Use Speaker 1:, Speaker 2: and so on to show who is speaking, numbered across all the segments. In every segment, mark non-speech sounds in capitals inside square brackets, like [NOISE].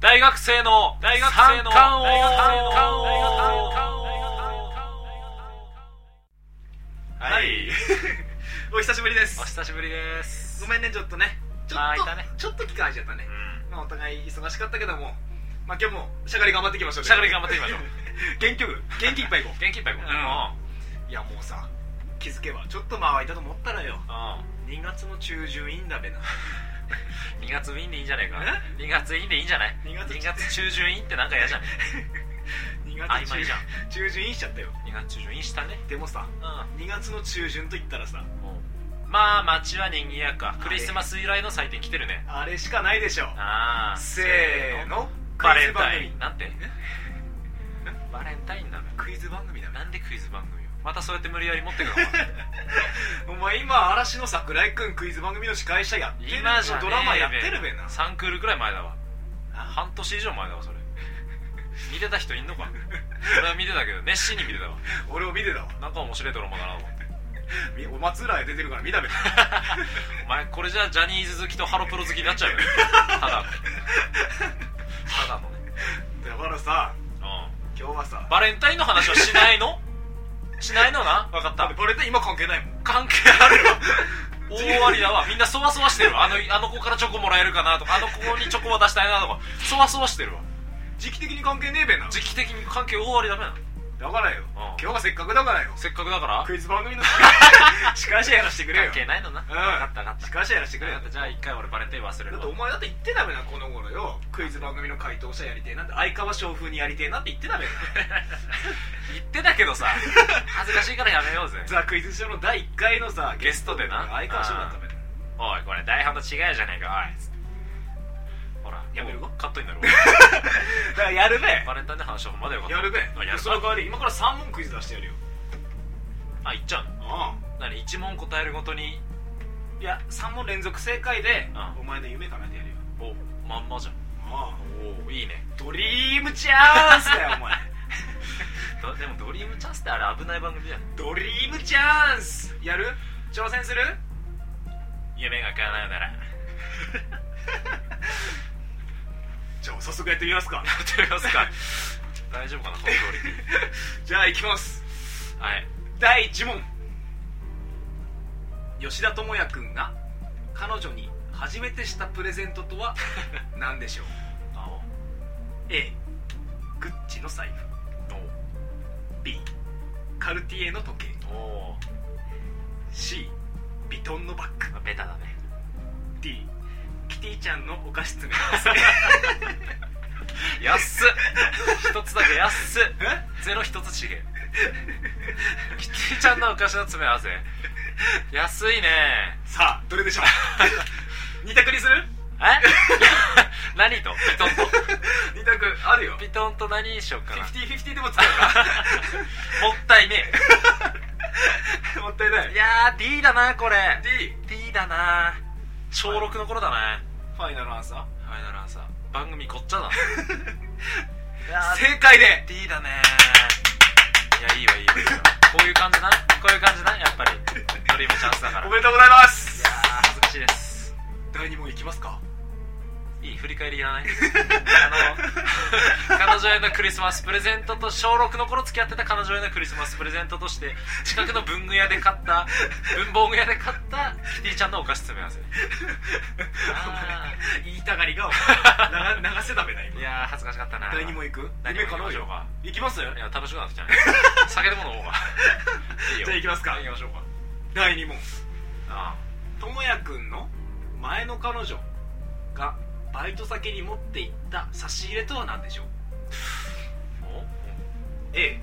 Speaker 1: 大学生の大学生の
Speaker 2: 三冠王
Speaker 1: 大学生の
Speaker 2: 三冠王
Speaker 1: 大学生の
Speaker 3: はいお久しぶりです
Speaker 1: お久しぶりです
Speaker 3: ごめんねちょっとねちょ
Speaker 1: まあ
Speaker 3: っと
Speaker 1: いたね
Speaker 3: ちょっと期間空いちゃったね
Speaker 1: うん
Speaker 3: まあお互い忙しかったけどもまあ今日もしゃがり頑張っていきましょう
Speaker 1: しゃがり頑張っていきましょう
Speaker 3: [LAUGHS] 元気よく元気いっぱいいこ
Speaker 1: 元気いっぱいごめん
Speaker 3: ういやもうさ気づけばちょっと間は空いたと思ったらよ
Speaker 1: う
Speaker 3: 2月の中旬いいんだべな
Speaker 1: ん2月インでいいんじゃねえか
Speaker 3: え
Speaker 1: 2月インでいいんじゃない
Speaker 3: 2月
Speaker 1: 2月中旬インってなんか嫌じゃん
Speaker 3: [LAUGHS] 2
Speaker 1: 曖
Speaker 3: 月中
Speaker 1: 昧じゃん
Speaker 3: 中旬いいしちゃったよ
Speaker 1: 2月中旬インしたね
Speaker 3: でもさ
Speaker 1: う
Speaker 3: 2月の中旬と言ったらさ
Speaker 1: んもうまあ街は賑やかクリスマス以来の祭典来てるね
Speaker 3: あれしかないでしょ
Speaker 1: ああ
Speaker 3: せーの
Speaker 1: バレンタ
Speaker 3: ク
Speaker 1: イ
Speaker 3: イズ
Speaker 1: ンな
Speaker 3: 番
Speaker 1: んて [LAUGHS] バレンタインだ
Speaker 3: 組クイズ番組だ
Speaker 1: な
Speaker 3: な
Speaker 1: なんでクイズ番組をまたそうやって無理やり持ってくの
Speaker 3: [LAUGHS] お前今嵐の桜井くんクイズ番組の司会者やってる
Speaker 1: 今じゃねえべ
Speaker 3: ドラマやってるべな
Speaker 1: 3クールくらい前だわ
Speaker 3: あ
Speaker 1: 半年以上前だわそれ見てた人いんのか俺は見てたけど熱心に見てたわ
Speaker 3: 俺を見てたわ
Speaker 1: なんか面白いドラマだなと思って
Speaker 3: みお松浦へ出てるから [LAUGHS] 見たべな
Speaker 1: お前これじゃジャニーズ好きとハロプロ好きになっちゃ [LAUGHS] うよただのただのね
Speaker 3: だからさ
Speaker 1: う
Speaker 3: 今日はさ
Speaker 1: んバレンタインの話はしないのしないのな分かった
Speaker 3: バレた今関係ないもん
Speaker 1: 関係あるわ大ありだわみんなそわそわしてるわあのあの子からチョコもらえるかなとかあの子にチョコ渡したいなとかそわそわしてるわ
Speaker 3: 時期的に関係ねえべな
Speaker 1: 時期的に関係大ありだめな
Speaker 3: だからよ
Speaker 1: ん
Speaker 3: 今日はせっかくだからよ
Speaker 1: せっかくだから
Speaker 3: クイズ番組の司会 [LAUGHS] 司会者やらしてくれよ
Speaker 1: 関係ないのな、
Speaker 3: ん
Speaker 1: 分かった分かった
Speaker 3: 司会者やらしてくれよ
Speaker 1: 分かったじゃあ一回俺バレンタイン忘れ
Speaker 3: だ
Speaker 1: る
Speaker 3: っ
Speaker 1: わ
Speaker 3: てお前だって言ってたべなこの頃よクイズ番組の回答者やりてえなって相川翔風にやりてえなって言ってたべな [LAUGHS]
Speaker 1: 言ってたけどさ恥ずかしいからやめようぜ
Speaker 3: ザ・クイズショーの第1回のさ
Speaker 1: ゲストでな
Speaker 3: 相川翔だったべな
Speaker 1: おいこれ台本と違うじゃねえかおいつってほら
Speaker 3: やめるわ
Speaker 1: もうカットにな [LAUGHS] るわ
Speaker 3: だからやるべ
Speaker 1: バレンタインの話はほんまだよかった
Speaker 3: やるべ
Speaker 1: あやる
Speaker 3: その代わり今から3問クイズ出してやるよ
Speaker 1: あ言っちゃうの
Speaker 3: う
Speaker 1: 何一問答えるごとに
Speaker 3: んいや3問連続正解で
Speaker 1: うん
Speaker 3: お前の夢叶えてやるよ
Speaker 1: おまんまじゃんおおいいね
Speaker 3: ドリームチャンスだよ [LAUGHS] お前
Speaker 1: どでもドリームチャンスってあれ危ない番組だよ
Speaker 3: ドリームチャンスやる挑戦する
Speaker 1: 夢が叶うなら
Speaker 3: じゃあ早 [LAUGHS] 速やってみますか
Speaker 1: やってみますか大丈夫かなこの通り
Speaker 3: じゃあいきます
Speaker 1: [LAUGHS] はい
Speaker 3: 第1問吉田智也君が彼女に初めてしたプレゼントとは何でしょう
Speaker 1: あお
Speaker 3: A グッチの財布 B カルティエの時計
Speaker 1: おお
Speaker 3: C ビトンのバッグ
Speaker 1: ベタだね
Speaker 3: D キティちゃんのお菓子詰め合わせ
Speaker 1: 安っ [LAUGHS] 一つだけ安っ
Speaker 3: [LAUGHS] え
Speaker 1: ゼロ一つ違 [LAUGHS] えキティちゃんのお菓子の詰め合わせ安いね
Speaker 3: さあどれでしょう [LAUGHS] 二択にする
Speaker 1: え [LAUGHS] 何とピトン
Speaker 3: 二択あるよ
Speaker 1: とピトンと何にしようかなもっ
Speaker 3: 50-50でも使う
Speaker 1: たいね
Speaker 3: か [LAUGHS] もったいな
Speaker 1: え
Speaker 3: い
Speaker 1: いやー D だなこれ
Speaker 3: D
Speaker 1: D だな小6の頃だな
Speaker 3: ファイナルアンサ
Speaker 1: ファイナルアンサー番組こっちゃ [LAUGHS] だないや
Speaker 3: ー
Speaker 1: ー
Speaker 3: 正解で
Speaker 1: D だねいやいいわいいわいいわ [LAUGHS] こういう感じなこういう感じなやっぱりドリームチャンスだから
Speaker 3: お
Speaker 1: い
Speaker 3: め
Speaker 1: や
Speaker 3: でとうございます
Speaker 1: ー恥ずかしいです
Speaker 3: 第二問いきますか
Speaker 1: いい振り返りいらないあの彼女へのクリスマスプレゼントと小6の頃付き合ってた彼女へのクリスマスプレゼントとして近くの文具屋で買った文房具屋で買ったキティちゃんのお菓子詰め合わせあ
Speaker 3: 言いたがり [LAUGHS] がお前流流せだべな
Speaker 1: ー
Speaker 3: 今
Speaker 1: いやー恥ずかしかったな
Speaker 3: 第二問いく
Speaker 1: 何も
Speaker 3: 夢
Speaker 1: 行き
Speaker 3: 叶
Speaker 1: ま
Speaker 3: う
Speaker 1: しょう
Speaker 3: よ
Speaker 1: か
Speaker 3: いきます
Speaker 1: いや楽しくなってきたね酒でも飲もうか [LAUGHS] いいよ
Speaker 3: じゃあ行きますか
Speaker 1: 行きましょうか
Speaker 3: 第二問
Speaker 1: あ
Speaker 3: ともやくんの前の彼女がバイト先に持って行った差し入れとは何でしょう
Speaker 1: あお
Speaker 3: A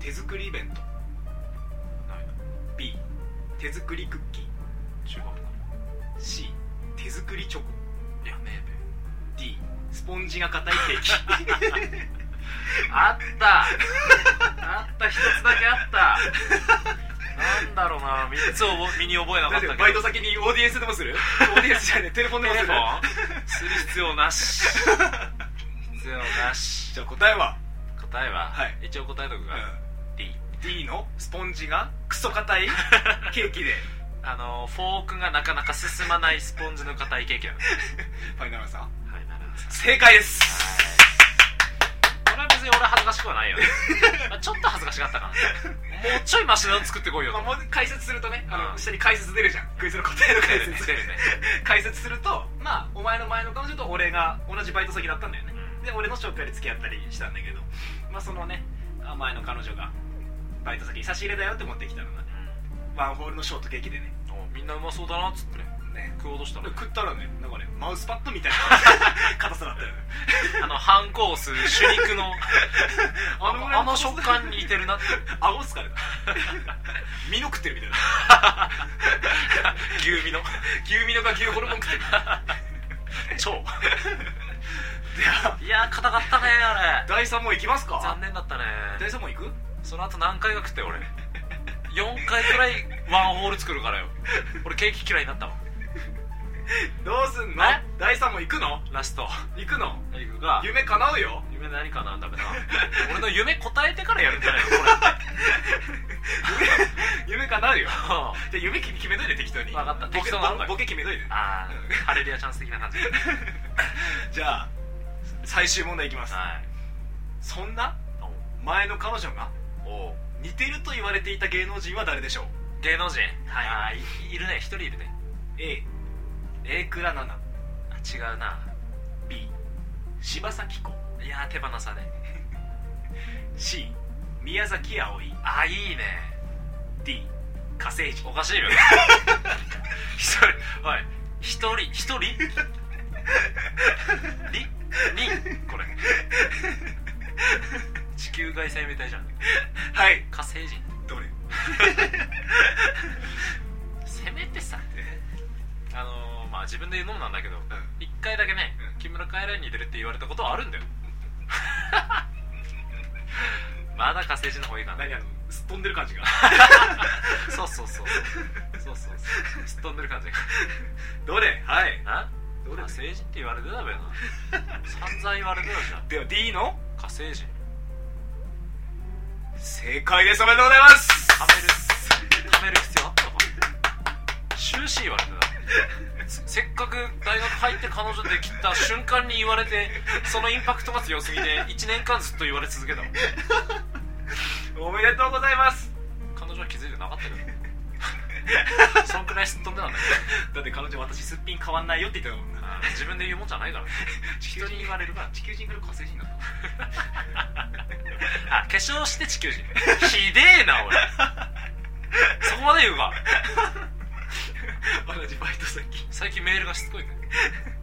Speaker 3: 手作りイベント
Speaker 1: ないな
Speaker 3: B 手作りクッキー
Speaker 1: 中学だ
Speaker 3: C 手作りチョコ
Speaker 1: やめえ
Speaker 3: D スポンジが硬いケーキ [LAUGHS]
Speaker 1: べあったあった一つだけあったなんだろうな3つを覚え身に覚えなか
Speaker 3: だ
Speaker 1: っ
Speaker 3: った
Speaker 1: けど
Speaker 3: てバイト先にオーディエンスでもするオーディエンスじゃねえテレフォン
Speaker 1: テ
Speaker 3: でも
Speaker 1: レフ
Speaker 3: す
Speaker 1: ォンす
Speaker 3: る
Speaker 1: る必要なし必要なし
Speaker 3: じゃあ答えは、
Speaker 1: 答えは、
Speaker 3: はい
Speaker 1: 一応答えとくが、D
Speaker 3: D のスポンジがクソ硬いケーキで
Speaker 1: あのフォークがなかなか進まないスポンジの硬いケーキだね
Speaker 3: [LAUGHS] ファイナルアンサー
Speaker 1: はいなら
Speaker 3: 正解です
Speaker 1: これは別に俺は恥ずかしくはないよね、まあ、ちょっと恥ずかしかったからねもうちょいマシなの作ってこいよ
Speaker 3: ま
Speaker 1: と
Speaker 3: あ、もう解説するとねあの、
Speaker 1: うん
Speaker 3: 下に解説出るじゃんクイズの答 [LAUGHS] えの解説
Speaker 1: 出るね
Speaker 3: 解説するとまあお前の前の彼女と俺が同じバイト先だったんだよね、
Speaker 1: うん
Speaker 3: で俺の紹介で付き合ったりしたんだけどまあそのねあ前の彼女がバイト先に差し入れだよって持ってきたのがねワンホールのショートケーキでね
Speaker 1: うんおみんなうまそうだなっつってね
Speaker 3: ね
Speaker 1: 食おうとしたらね
Speaker 3: 食ったらねなんかねマウスパッドみたいな [LAUGHS] 硬さだったよね
Speaker 1: [LAUGHS] あのハンコース主肉 [LAUGHS] のあのあの食感に似てるなって
Speaker 3: 顎疲れた身の食ってるみたいな
Speaker 1: 牛身の
Speaker 3: 牛身のが牛ホルモン食 [LAUGHS] ってる [LAUGHS]
Speaker 1: 超
Speaker 3: ではい
Speaker 1: やー硬かったねあれ
Speaker 3: 第3問いきますか
Speaker 1: 残念だったね
Speaker 3: 第3問いく
Speaker 1: その後何回か食 [LAUGHS] って俺4回くらいワンホール作るからよ俺ケーキ嫌いになったもん
Speaker 3: どうすんの
Speaker 1: え
Speaker 3: 第3問行くの
Speaker 1: ラスト
Speaker 3: 行くの
Speaker 1: エイクが
Speaker 3: 夢叶うよ
Speaker 1: 夢何かなダメだ [LAUGHS] 俺の夢答えてからやるんじゃないの [LAUGHS] これ
Speaker 3: 夢叶うよ
Speaker 1: あ
Speaker 3: じゃあ夢決めといて適当に
Speaker 1: わかった
Speaker 3: ボケ
Speaker 1: 適当なんだ
Speaker 3: ボボケ決めといて
Speaker 1: あーハレルヤチャンス的な感 [LAUGHS] じ
Speaker 3: じゃあ最終問題いきます
Speaker 1: はい
Speaker 3: そんな前の彼女が
Speaker 1: おお
Speaker 3: 似てると言われていた芸能人は誰でしょう
Speaker 1: 芸能人
Speaker 3: はい
Speaker 1: あーいいるね一人いるね
Speaker 3: A 榮倉奈々
Speaker 1: あ違うな
Speaker 3: B 柴咲コウ
Speaker 1: いやー手放さね
Speaker 3: C 宮崎あおい
Speaker 1: あーいいね
Speaker 3: D 火星人
Speaker 1: おかしいよ [LAUGHS] 一人おい一人一 [LAUGHS] 人りりこれ地球外生命体じゃん
Speaker 3: はい
Speaker 1: 火星人
Speaker 3: どれ
Speaker 1: せめてさあのー、まあ自分で言うのもなんだけど一回だけね、
Speaker 3: うん
Speaker 1: 木村カエラに似てるって言われたことはあるんだ [LAUGHS] よまだ火星人の方がいいかな
Speaker 3: 何あのすっ飛んでる感じが
Speaker 1: そうそうそうそうそうそうそうすっ飛んでる感じが
Speaker 3: どれはい
Speaker 1: な
Speaker 3: ど
Speaker 1: 火
Speaker 3: れ
Speaker 1: 星人って言われてたべな
Speaker 3: [LAUGHS]
Speaker 1: 散々言われてたじゃん
Speaker 3: では D の
Speaker 1: 火星人
Speaker 3: 正解ですおめでとうございます
Speaker 1: はめるはめる必要あったのか終始言われてたせせっかく大学入って彼女できた瞬間に言われてそのインパクトが強すぎて1年間ずっと言われ続けたもん
Speaker 3: おめでとうございます
Speaker 1: 彼女は気づいてなかったけど [LAUGHS] そんくらいすっ飛んでたんだ
Speaker 3: [LAUGHS] だって彼女私すっぴん変わんないよって言ってたもんな
Speaker 1: けど自分で言うもんじゃないからね
Speaker 3: 地
Speaker 1: 人に言われるから
Speaker 3: 地球人から火星人だった
Speaker 1: あ化粧して地球人ひでえな俺そこまで言うか
Speaker 3: [LAUGHS] 同じバイト先
Speaker 1: 最近メールがしつこいね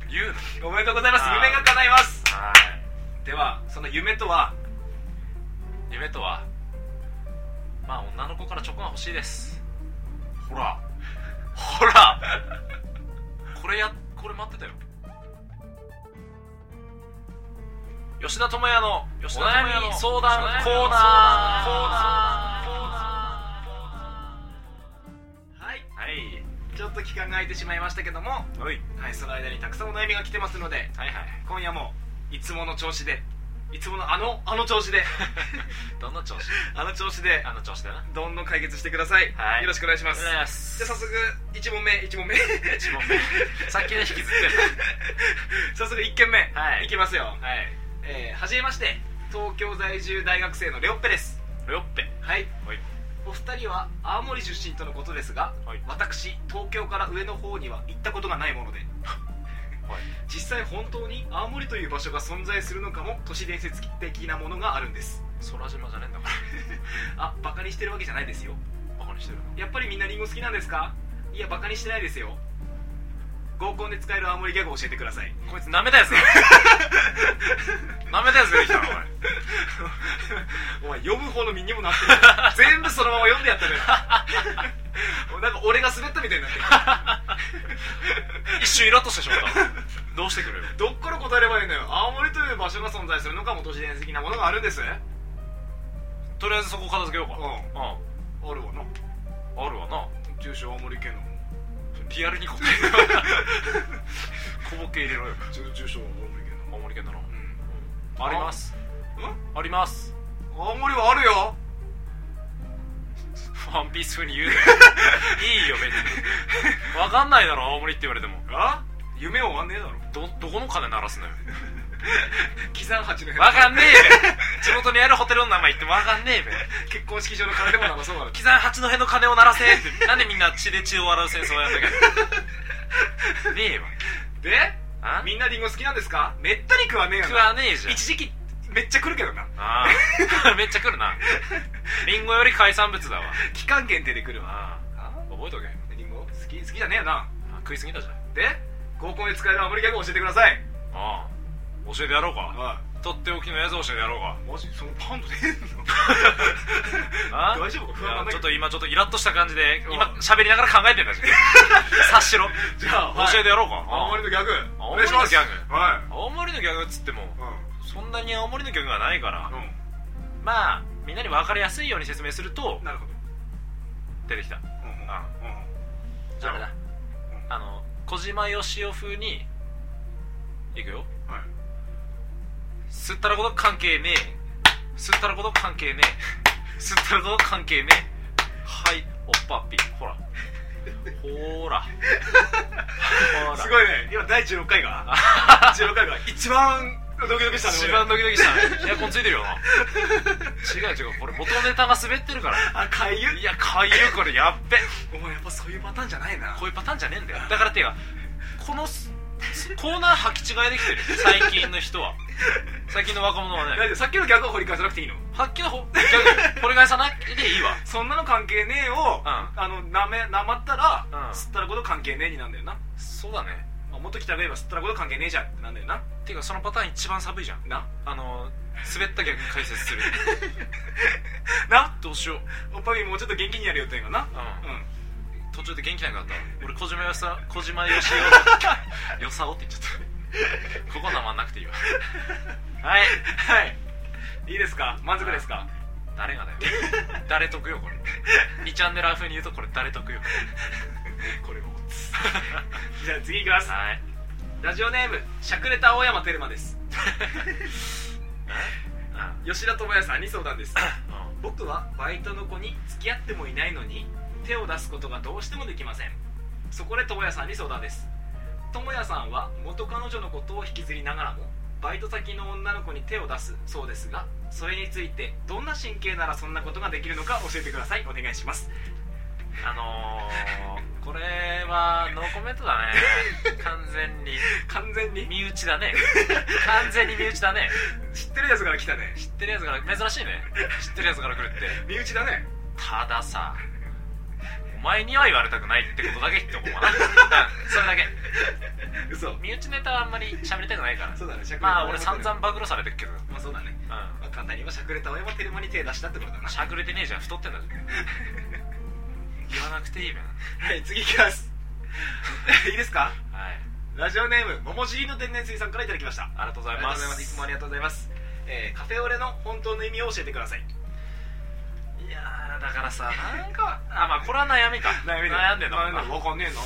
Speaker 1: 言うな
Speaker 3: おめでとうございます
Speaker 1: あー
Speaker 3: 夢が叶います
Speaker 1: はい
Speaker 3: ではその夢とは
Speaker 1: 夢とはまあ女の子からチョコが欲しいですほらほらこれやこれ待ってたよ吉田智也の
Speaker 3: 吉
Speaker 1: お
Speaker 3: 田智
Speaker 1: 悩
Speaker 3: 也の
Speaker 1: み相談コーナー
Speaker 3: お悩み相談コーナーはいちょっと期間が空いてしまいましたけども、は
Speaker 1: コーナーはい
Speaker 3: い、その間にたくさんお悩みが来てますので
Speaker 1: はいはい
Speaker 3: 今夜もいつもの調子でいつものあのあの調子で
Speaker 1: どんな調子
Speaker 3: [LAUGHS] あの調子で
Speaker 1: あの調子だな
Speaker 3: どんどん解決してください、
Speaker 1: はい
Speaker 3: よろしくお願いします
Speaker 1: い
Speaker 3: じゃあ早速1問目1問目 [LAUGHS]
Speaker 1: 1問目さっきで引きずってる
Speaker 3: 早速1件目、
Speaker 1: はい
Speaker 3: いきますよ、
Speaker 1: [LAUGHS] はい
Speaker 3: えー、はじめまして東京在住大学生のレオッペです
Speaker 1: よっぺ
Speaker 3: はい
Speaker 1: はい
Speaker 3: お二人は青森出身とのことですが
Speaker 1: はい
Speaker 3: 私東京から上の方には行ったことがないもので
Speaker 1: はい
Speaker 3: 実際本当に青森という場所が存在するのかも都市伝説的なものがあるんです
Speaker 1: 空島じゃねえんだか
Speaker 3: あバカにしてるわけじゃないですよ
Speaker 1: らバカにしてるの
Speaker 3: やっぱりみんなリンゴ好きなんですかいやバカにしてないですよ合コンで使える青森ギャグを教えてください
Speaker 1: こいつ舐めたやつだ舐めたやつ出てきたなお前
Speaker 3: お前読む方の身にもなってる [LAUGHS] 全部そのまま読んでやったのよなんか俺が滑ったみたいになってる
Speaker 1: 一瞬イラッとしてしまったどうしてくれる
Speaker 3: どっから答えればいいのよ青森という場所が存在するのかも都市伝説的なものがあるんですうんあ
Speaker 1: とりあえずそこ片付けようかう
Speaker 3: るわな
Speaker 1: あ
Speaker 3: ん
Speaker 1: るわな
Speaker 3: 住所青森県の
Speaker 1: リアルに答え小ボケ入れろよ
Speaker 3: 住所は青森県
Speaker 1: 青森県だな
Speaker 3: の
Speaker 1: ありますあります
Speaker 3: うん青森はあるよ
Speaker 1: ワンピース風に言うなよいいよ別にわかんないだろ青森って言われても
Speaker 3: あ夢終わんねえだろ
Speaker 1: どどこの金鳴らすのよ
Speaker 3: 喜山八の部屋
Speaker 1: わかんねえべ地元にあるホテルの名前言ってもわかんねえべ
Speaker 3: 結婚式場の金でもならそうだろ
Speaker 1: 木山八戸の鐘を鳴らせってなんでみんな血で血を洗う戦争をやんだけ [LAUGHS] どねえわ
Speaker 3: で
Speaker 1: あ
Speaker 3: みんなリンゴ好きなんですかめったに食わねえよな
Speaker 1: 食わねえじゃん
Speaker 3: 一時期めっちゃ来るけどな
Speaker 1: ああ [LAUGHS] めっちゃ来るなリンゴより海産物だわ
Speaker 3: 期間限定で来るわ
Speaker 1: ああ覚えとけあ
Speaker 3: リンゴ好き好きじゃねえよな
Speaker 1: 食いすぎたじゃん
Speaker 3: で合コンで使えるハモリギャグ教えてください
Speaker 1: ああ教えてやろうか
Speaker 3: あ
Speaker 1: とっておきのやつ教えてやろうか
Speaker 3: マジそのパンド出んの
Speaker 1: あ
Speaker 3: [LAUGHS] 大丈夫か不安なんだ
Speaker 1: いやち
Speaker 3: けど
Speaker 1: ょっと今ちょっとイラッとした感じで
Speaker 3: うん
Speaker 1: 今喋りながら考えてん [LAUGHS] だじゃん察しろ
Speaker 3: じゃあ、はい
Speaker 1: 教えてやろうか
Speaker 3: 青森のギャグ
Speaker 1: 青
Speaker 3: お
Speaker 1: 森
Speaker 3: 願いし
Speaker 1: の
Speaker 3: ます
Speaker 1: ギャグ
Speaker 3: はい
Speaker 1: 青森のギャグっつっても
Speaker 3: う
Speaker 1: そんなに青森のギャグがないから
Speaker 3: ん
Speaker 1: まあみんなに分かりやすいように説明すると
Speaker 3: なるほど
Speaker 1: 出てきた
Speaker 3: うんうん
Speaker 1: あ
Speaker 3: うん
Speaker 1: じゃあだあの小島よしお風にいくよ
Speaker 3: はい
Speaker 1: すったらこと関係ねえすったらこと関係ねえすったらこと関係ねえはいおっぱっぴほらほーらほーら
Speaker 3: すごいね今第16
Speaker 1: [LAUGHS]
Speaker 3: 回が16回が一番ドキドキしたね
Speaker 1: 一
Speaker 3: 俺
Speaker 1: 番ドキドキしたねエアコンついてるよな違う違うこれ元ネタが滑ってるから
Speaker 3: あかゆ
Speaker 1: いやかゆいこれやっべ
Speaker 3: お前やっぱそういうパターンじゃないな
Speaker 1: こういうパターンじゃねえんだよだからてかこのすコーナー履き違いできてる最近の人は最近の若者は
Speaker 3: 大
Speaker 1: ね
Speaker 3: 丈夫さっきのギャグは掘り返さなくていいの
Speaker 1: はっきりほ逆にこれ返さないでいいわ
Speaker 3: そんなの関係ねえを、
Speaker 1: ん
Speaker 3: あのなめなまったら、
Speaker 1: うん
Speaker 3: すったらこと関係ねえになんだよな、
Speaker 1: そうだね
Speaker 3: まあ、もっと汚ればすったらこと関係ねえじゃんってなんだよな
Speaker 1: てかそのパターン一番寒いじゃん
Speaker 3: な
Speaker 1: あの滑った逆解説する
Speaker 3: な
Speaker 1: どうしよう、
Speaker 3: おっぱみもうちょっと元気にやるよってんがなう
Speaker 1: うんん、途中で元気なくなった俺小島よさ小島よしおよさおって言っちゃったここなまんなくていいわはい
Speaker 3: はいいいですか満足ですか
Speaker 1: 誰がだよ誰得よこれ2チャンネル風に言うとこれ誰得よ
Speaker 3: これも [LAUGHS] じゃあ次いきます
Speaker 1: はい
Speaker 3: ラジオネームしゃくれた青山テルマです
Speaker 1: [LAUGHS]
Speaker 3: 吉田智也さんに相談で
Speaker 1: う
Speaker 3: す僕はバイトの子に付き合ってもいないのに手を出すことがどうしてもできませんそこで智也さんに相談です智也さんは元彼女のことを引きずりながらもバイト先の女の子に手を出すそうですがそれについてどんな神経ならそんなことができるのか教えてくださいお願いします
Speaker 1: んあのー、これはノーコメントだね完全に
Speaker 3: 完全に
Speaker 1: 身内だね完全に身内だね
Speaker 3: 知ってるやつから来たね
Speaker 1: 知ってるやつから珍しいね知ってるやつから来るって
Speaker 3: 身内だね
Speaker 1: たださお前には言われたくないってことだけ言っておこうかなうんそれだけ
Speaker 3: 嘘
Speaker 1: 身内ネタはあんまり喋りたくないから
Speaker 3: そうだねしゃくれた
Speaker 1: まあ俺散々暴露されてるけど
Speaker 3: まあそうだね、
Speaker 1: う
Speaker 3: まあ、簡単に言えばしゃくれた青山テルマに手出したってことだなん
Speaker 1: しゃくれてねえじゃん太ってんだじゃん言わなくていいべ
Speaker 3: はい次いきます [LAUGHS] いいですか
Speaker 1: はい
Speaker 3: ラジオネームももじりの天然水さんからいただきました
Speaker 1: ありがとうござい
Speaker 3: ありが
Speaker 1: ま
Speaker 3: とうございますいつ
Speaker 1: す
Speaker 3: もありがとうございます、えーカフェオレの本当の意味を教えてください
Speaker 1: いやーだからさなん
Speaker 3: [LAUGHS]
Speaker 1: かあまあこれは悩みか悩んでんのかな
Speaker 3: わかんねえなっ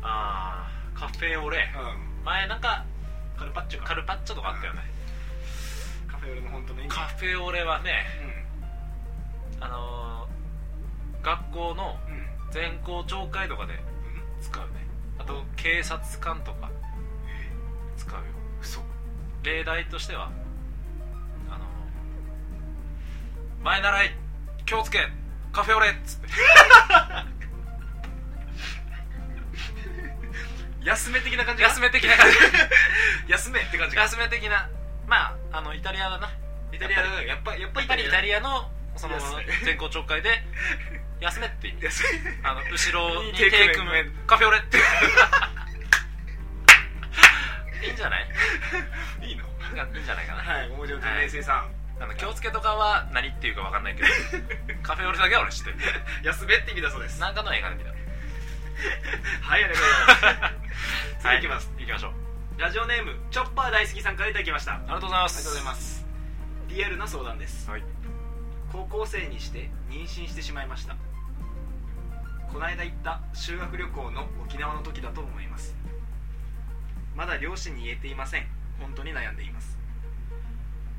Speaker 1: あーカフェオレ
Speaker 3: てうん
Speaker 1: 前なんか
Speaker 3: カルパッチョか
Speaker 1: カルパッチョとかあったよね
Speaker 3: カフェオレの本当の意味
Speaker 1: カフェオレはね
Speaker 3: う
Speaker 1: あのー、学校の
Speaker 3: んうん
Speaker 1: 全校懲戒とかで
Speaker 3: うん
Speaker 1: 使うねあと警察官とか使うよ
Speaker 3: 嘘
Speaker 1: 例題としてはあの前習い気をつけカフェオレっつって
Speaker 3: 休め的な感じ
Speaker 1: 休め的な感
Speaker 3: め休めって感
Speaker 1: じ
Speaker 3: じか
Speaker 1: [LAUGHS] 休め的なまああのイタリアだな
Speaker 3: イタリアだやっぱやっぱ
Speaker 1: やっぱりイタリアのその
Speaker 3: 休め
Speaker 1: 全校懲戒で休め
Speaker 3: [LAUGHS]
Speaker 1: って意味
Speaker 3: 休め
Speaker 1: あの後ろに
Speaker 3: に
Speaker 1: 手
Speaker 3: 手
Speaker 1: 組
Speaker 3: 組む
Speaker 1: むカフェオレって
Speaker 3: [LAUGHS]
Speaker 1: いいんじゃない
Speaker 3: [LAUGHS] いいの
Speaker 1: いいんじゃないかな、
Speaker 3: はいももじりの天然水さん、
Speaker 1: あの気をつけとかは何っていうか分かん
Speaker 3: [LAUGHS]
Speaker 1: ないけどカフェオレだけは俺知ってる
Speaker 3: 休めって意味だそうです
Speaker 1: なんかの映画で見た
Speaker 3: はいありがとうございます [LAUGHS] 次いきます、
Speaker 1: はい、行きましょう
Speaker 3: ラジオネームチョッパー大好きさんからいただきましたあ
Speaker 1: ありがとうございま
Speaker 3: り
Speaker 1: す
Speaker 3: がとうございますリアルな相談です
Speaker 1: はい
Speaker 3: 高校生にして妊娠してしまいましたこないだ行った修学旅行の沖縄の時だと思いますまだ両親に言えていません本当に悩んでいます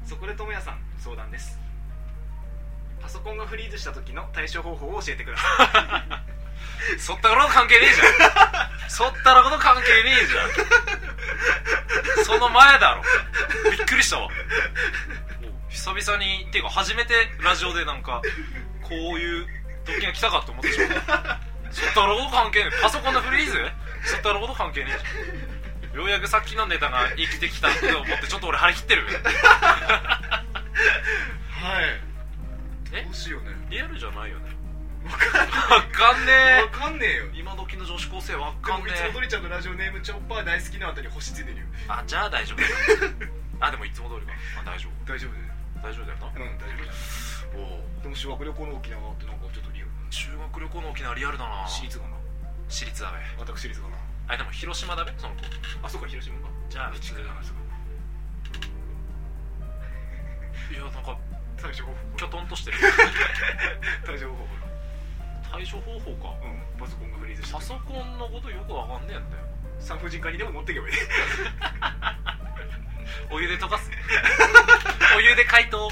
Speaker 3: そこで智也さん相談ですパソコンがフリーズした時の対処方法を教えてください
Speaker 1: そったらこと関係ねえじゃんそったらこと関係ねえじゃんその前だろびっくりしたわ久々にっていうか初めてラジオでなんかこういう時が来たかって思ってしまったそったろうこと関係ねえパソコンのフリーズそったろうこと関係ねえじゃんようやくさっきのネタが生きてきたって思ってちょっと俺張り切ってる
Speaker 3: はい
Speaker 1: え
Speaker 3: どうしようね
Speaker 1: リアルじゃないよね
Speaker 3: わかん
Speaker 1: わかんね
Speaker 3: わかんねえよ
Speaker 1: え今時の女子高生わ
Speaker 3: で
Speaker 1: かん
Speaker 3: も
Speaker 1: ね
Speaker 3: いつも
Speaker 1: え
Speaker 3: ドリちゃんのラジオネームチョッパー大好きなあたり星ついてるよ
Speaker 1: あじゃあ大丈夫だあでもいつも通りかあ大丈夫
Speaker 3: 大丈夫だよ
Speaker 1: 大丈夫だよな
Speaker 3: うん大丈夫だよ
Speaker 1: おお
Speaker 3: でも修学旅行の沖縄ってなんかちょっとリアルだ
Speaker 1: 修学旅行の沖縄リアルだな
Speaker 3: な私立かな
Speaker 1: 私立だべ
Speaker 3: 私立かな
Speaker 1: あでも広島だべその子
Speaker 3: あそっか広島か
Speaker 1: じゃあ普通いやなんか
Speaker 3: 対処方法
Speaker 1: キョトンとしてる
Speaker 3: 対処方法ほ
Speaker 1: 対処方法から
Speaker 3: うんパソコンがフリーズして
Speaker 1: パソコンのことよくわかんねえんだよ
Speaker 3: 産婦人科にでも持ってけ [LAUGHS] ばいい
Speaker 1: お湯で溶かすお湯で解凍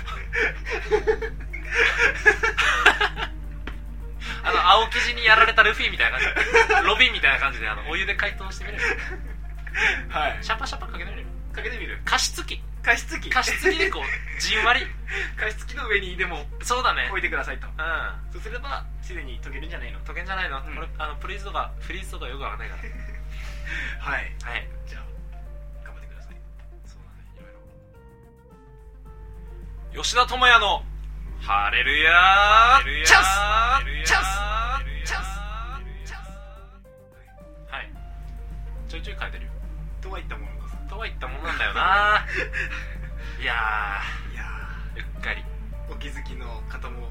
Speaker 1: あの青生地にやられたルフィみたいな感じロビンみたいな感じであのお湯で解凍してみれる
Speaker 3: はい
Speaker 1: シャパシャパかけられる
Speaker 3: かけてみる
Speaker 1: 加湿器
Speaker 3: 加湿器
Speaker 1: 加
Speaker 3: 加
Speaker 1: 湿器でこうじんわり
Speaker 3: 湿器の上にでも
Speaker 1: そうだね
Speaker 3: 置いてくださいと
Speaker 1: うん
Speaker 3: そうすればすでに解けるんじゃないの
Speaker 1: 溶けんじゃないの、
Speaker 3: ん
Speaker 1: 俺あのプリーズとかフリーズとかよくわかんないか
Speaker 3: はい
Speaker 1: らはい
Speaker 3: じゃあ頑張ってください
Speaker 1: そうだねいろいろ吉田智也の「ハレルヤーチャンスチャンスチャンスチャンス」はいちょいちょい書いてるよ
Speaker 3: とは言ったもののさ
Speaker 1: とは言ったもんなんだよ [LAUGHS] ないや
Speaker 3: いや
Speaker 1: ーうっかり
Speaker 3: ーお気づきの方も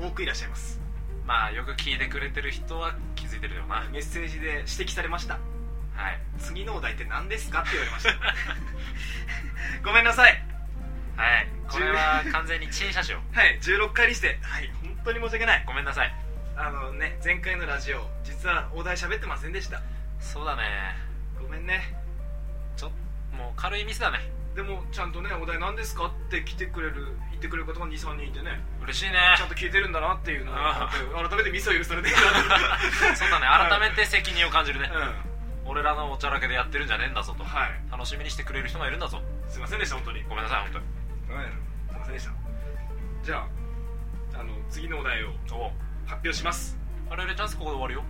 Speaker 3: 多くいらっしゃいます
Speaker 1: まあよく聞いてくれてる人は気づいてるよな
Speaker 3: メッセージで指摘されました
Speaker 1: はい
Speaker 3: 次のお題って何ですかって言われました [LAUGHS] ごめんなさい
Speaker 1: はいこれは完全に陳謝しよう
Speaker 3: はい16回にしてはい本当に申し訳ない
Speaker 1: ごめんなさい
Speaker 3: あのね前回のラジオ実はお題喋ってませんでした
Speaker 1: そうだね
Speaker 3: ごめんね
Speaker 1: ちょもう軽いミスだね
Speaker 3: でもちゃんとねお題何ですかって来てくれる言ってくれる方が23人いてね
Speaker 1: 嬉しいね
Speaker 3: ちゃんと聞いてるんだなっていうのを
Speaker 1: あ
Speaker 3: 改めてミスを許されてるな
Speaker 1: そうだね改めて責任を感じるね
Speaker 3: [LAUGHS] うん
Speaker 1: 俺らのおちゃらけでやってるんじゃねえんだぞと
Speaker 3: はい
Speaker 1: 楽しみにしてくれる人がいるんだぞ
Speaker 3: すいませんでした本当に
Speaker 1: ごめんなさい本
Speaker 3: はいすいませんでしたじゃああの次のお題を
Speaker 1: 当におう
Speaker 3: 発表します
Speaker 1: あれれチャンスここで終わるよ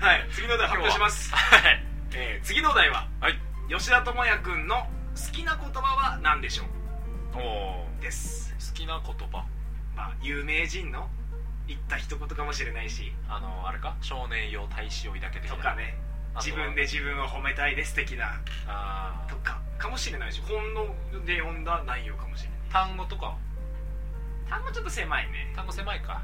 Speaker 3: はい次のお題発表します
Speaker 1: はい
Speaker 3: えー次のお題は
Speaker 1: はい
Speaker 3: 吉田智也くんの好きな言葉は何でしょ
Speaker 1: おお
Speaker 3: うです
Speaker 1: 好きな言葉
Speaker 3: まあ有名人の言った一言かもしれないし
Speaker 1: あのあれか少年用大使用抱け的
Speaker 3: と
Speaker 1: な
Speaker 3: かね
Speaker 1: あと
Speaker 3: 自分で自分を褒めたいです的な
Speaker 1: あ
Speaker 3: とかかもしれないし本ので読んだ内容かもしれない
Speaker 1: ー単語とか
Speaker 3: 単語ちょっと狭いね
Speaker 1: 単語狭いか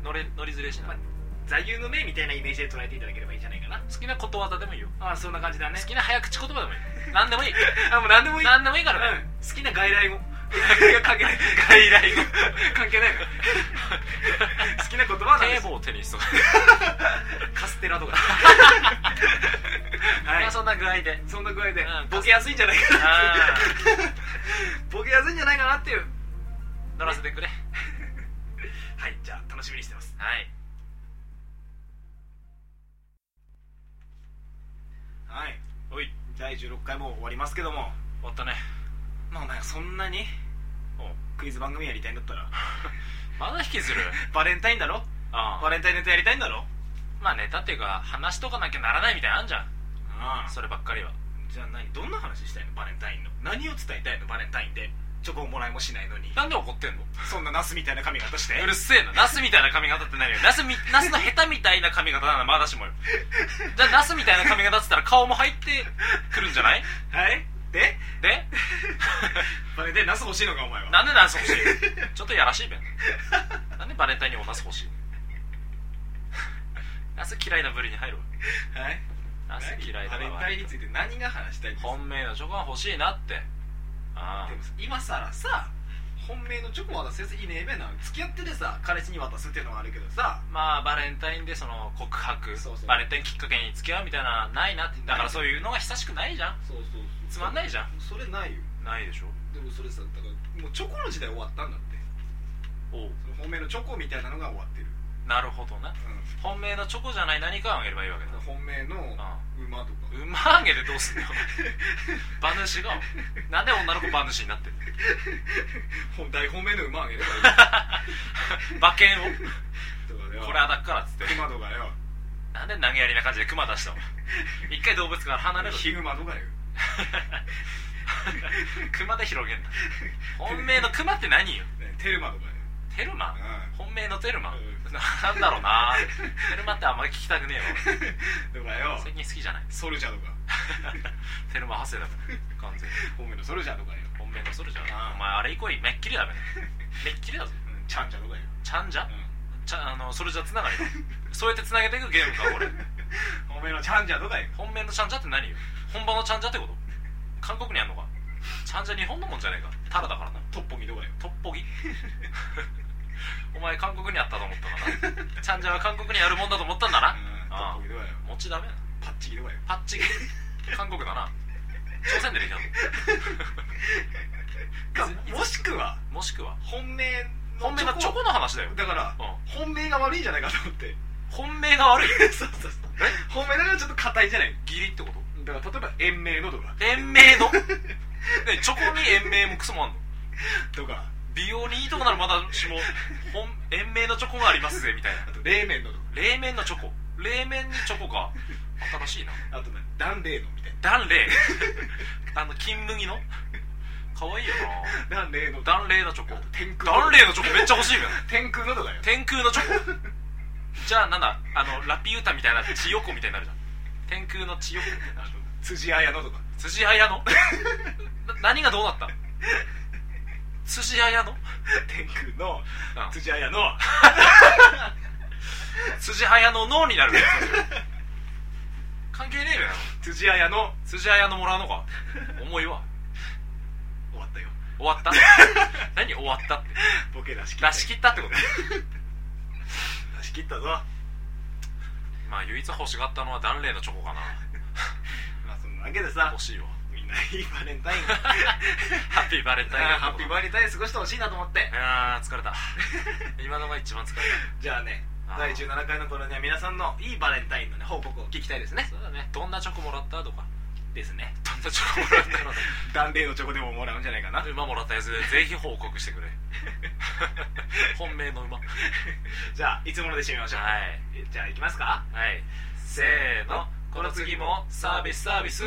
Speaker 3: う
Speaker 1: 乗れ乗りずれしない
Speaker 3: まん座右の銘みたいなイメージで捉えていただければいいんじゃないかな
Speaker 1: 好きなことわざでもいいよ
Speaker 3: ああそんな感じだね
Speaker 1: 好きな早口言葉でもいい何で
Speaker 3: [LAUGHS]
Speaker 1: もいい
Speaker 3: あもう何でもいい
Speaker 1: 何でもいいからね
Speaker 3: うん好きな外来語いや関係ない外来語関係ないから [LAUGHS] 好きな言葉は何で
Speaker 1: 堤
Speaker 3: す
Speaker 1: 防テニスとか
Speaker 3: カステラ
Speaker 1: [LAUGHS]
Speaker 3: とか
Speaker 1: ま
Speaker 3: は
Speaker 1: あ
Speaker 3: い
Speaker 1: そんな具合で
Speaker 3: そんな具合で
Speaker 1: うん
Speaker 3: ボケやすいんじゃないかな
Speaker 1: あ
Speaker 3: ボケやすいんじゃないかなっていう
Speaker 1: ー乗らせてくれ
Speaker 3: はいじゃあ楽しみにしてます
Speaker 1: はい
Speaker 3: はい
Speaker 1: おい
Speaker 3: 第16回も終わりますけども
Speaker 1: 終わったね
Speaker 3: まあなんかそんなに
Speaker 1: お
Speaker 3: クイズ番組やりたいんだったら
Speaker 1: まだ引きず
Speaker 3: [LAUGHS]
Speaker 1: る
Speaker 3: バレンタインだろ
Speaker 1: あ
Speaker 3: バレンタインネタやりたいんだろ
Speaker 1: まあネタっていうか話しとかなきゃならないみたいなのあんじゃん
Speaker 3: あ
Speaker 1: そればっかりは
Speaker 3: じゃあ何どんな話したいのバレンタインの何を伝えたいのバレンタインでチョコをもらいもしないのに
Speaker 1: なんで怒ってんの
Speaker 3: そんなナスみたいな髪型して
Speaker 1: うるせえなナスみたいな髪型って何よナスみナスのヘタみたいな髪型ならまだしもよじゃあナスみたいな髪型っつったら顔も入ってくるんじゃない
Speaker 3: はいで
Speaker 1: で
Speaker 3: バレンタインナス欲しいのかお前は
Speaker 1: なんでナス欲しいちょっとやらしいべなんでバレンタインにもナス欲しい [LAUGHS] ナス嫌いな部類に入るわ
Speaker 3: はい
Speaker 1: ナス嫌いだ
Speaker 3: バレン
Speaker 1: わ
Speaker 3: タインについて何が話したいんですか
Speaker 1: 本命のチョコが欲しいなってああ
Speaker 3: でもさ今さらさ本命のチョコ渡せずいねえべな付き合っててさ彼氏に渡すっていうのはあるけどさ
Speaker 1: まあバレンタインでその告白
Speaker 3: そうそう
Speaker 1: バレンタインきっかけに付き合うみたいなないなってだからそういうのが久しくないじゃん
Speaker 3: そうそうそう
Speaker 1: つまんないじゃん
Speaker 3: それないよ
Speaker 1: ないでしょ
Speaker 3: でもそれさだからもうチョコの時代終わったんだって
Speaker 1: おう
Speaker 3: その本命のチョコみたいなのが終わってる
Speaker 1: なるほどね本命のチョコじゃない何かをあげればいいわけだ
Speaker 3: うん、本命の馬とか
Speaker 1: 馬あげでどう [LAUGHS] すんの馬主がなんで女の子馬主になってんの
Speaker 3: 本大本命の馬あげればいい
Speaker 1: 馬券を
Speaker 3: とかで
Speaker 1: これはだっからっつって
Speaker 3: 熊とかよ
Speaker 1: なんで投げやりな感じで熊出したの一回動物から離れろ
Speaker 3: ヒグマとかよ
Speaker 1: 熊で広げんだ本命の熊って何よ
Speaker 3: ねテルマとかよ
Speaker 1: テルマ本命のテルマ
Speaker 3: うん
Speaker 1: なんだろう
Speaker 3: [LAUGHS]
Speaker 1: なテルマってあんまり聞きたくねえわ
Speaker 3: うんとかよ
Speaker 1: 最近好き
Speaker 3: [LAUGHS]
Speaker 1: じゃない
Speaker 3: ソルジャーとか
Speaker 1: テルマ派生だから完全に
Speaker 3: 本命のソルジャーとかよ
Speaker 1: 本命のそれじゃん
Speaker 3: ああ
Speaker 1: お前あれ以降めっきりだべめっきりだぞ
Speaker 3: うんちゃんちゃとかよ
Speaker 1: ちゃんじゃちゃあのそれじゃつながりだそうやってつなげていくゲームかこれ
Speaker 3: うん本命のちゃんちゃとかよ
Speaker 1: 本命のちゃんじゃって何よ本場のちゃんじゃってこと韓国にあんのかちゃんじゃ日本のもんじゃねえかタラだからな
Speaker 3: トッポギとかよ
Speaker 1: トッ
Speaker 3: [LAUGHS]
Speaker 1: ポギお前韓国にあったと思ったかなちゃんじゃは韓国にあるもんだと思ったんだな
Speaker 3: うんト
Speaker 1: あ
Speaker 3: ッ
Speaker 1: あ
Speaker 3: ポギとかよ
Speaker 1: 餅ダメだな
Speaker 3: パッチギとかよ
Speaker 1: パッチギ韓国だな朝鮮でできた
Speaker 3: か
Speaker 1: の
Speaker 3: もしくは
Speaker 1: もしくは
Speaker 3: 本命の
Speaker 1: 本命のチョコの話だよ
Speaker 3: だから
Speaker 1: う
Speaker 3: 本命が悪いんじゃないかと思って
Speaker 1: 本命が悪い
Speaker 3: そうそうそう本命だからちょっと硬いじゃない
Speaker 1: ギリってこと
Speaker 3: だから例えば延命のとか
Speaker 1: 延命のねチョコに延命もクソもあんの
Speaker 3: とか
Speaker 1: 美容にいいとこならまだしも本延命のチョコがありますぜみたいな
Speaker 3: あと冷麺のとか
Speaker 1: 冷麺のチョコ冷麺にチョコか新しいな
Speaker 3: あとねダンレーのみたい
Speaker 1: ダンレイあの金麦の可愛いよ
Speaker 3: なダンレーの
Speaker 1: なダンレイのチョコ
Speaker 3: 天空
Speaker 1: ダンレイのチョコめっちゃ欲しいよ
Speaker 3: 天空のとかよ
Speaker 1: 天空のチョコじゃあなんだあのラピュータみたいな千代子みたいになるじゃん天空の千代子みたいにな
Speaker 3: あ
Speaker 1: る
Speaker 3: と辻彩のとか [LAUGHS]
Speaker 1: 辻彩のな何がどうなった辻彩の
Speaker 3: 天空の
Speaker 1: うん
Speaker 3: 辻彩の
Speaker 1: 辻早の脳になるね関係ねえべな
Speaker 3: 辻彩の
Speaker 1: 辻早のもらうのか重いわ
Speaker 3: 終わったよ
Speaker 1: 終わった何終わったって
Speaker 3: ボケ出し切った
Speaker 1: 出し切ったってこと
Speaker 3: 出し切ったぞま
Speaker 1: まあ唯一欲しがったのはダンレイのチョコかな
Speaker 3: あそんなわけでさ
Speaker 1: 欲しいわ
Speaker 3: みんないいバレンタイン [LAUGHS]
Speaker 1: ハッピーバレンタイン
Speaker 3: あーハッピ
Speaker 1: レン
Speaker 3: [LAUGHS] ーバレンタイン過ごしてほしいなと思って
Speaker 1: あー疲れた今のが一番疲れた
Speaker 3: じゃあね
Speaker 1: あー
Speaker 3: 第17回の頃には皆さんのいいバレンタインのね報告を聞きたいですね
Speaker 1: そうだねどんなチョコもらったとか
Speaker 3: ですね
Speaker 1: どんなチョコもらったのか
Speaker 3: 断礼のチョコでももらうんじゃないかな
Speaker 1: 馬もらったやつぜひ報告してくれ [LAUGHS] 本命の馬は
Speaker 3: じゃあいつもので締めましょう、
Speaker 1: い
Speaker 3: えじゃあ行きますか
Speaker 1: はいせーのこの次もサービスサービス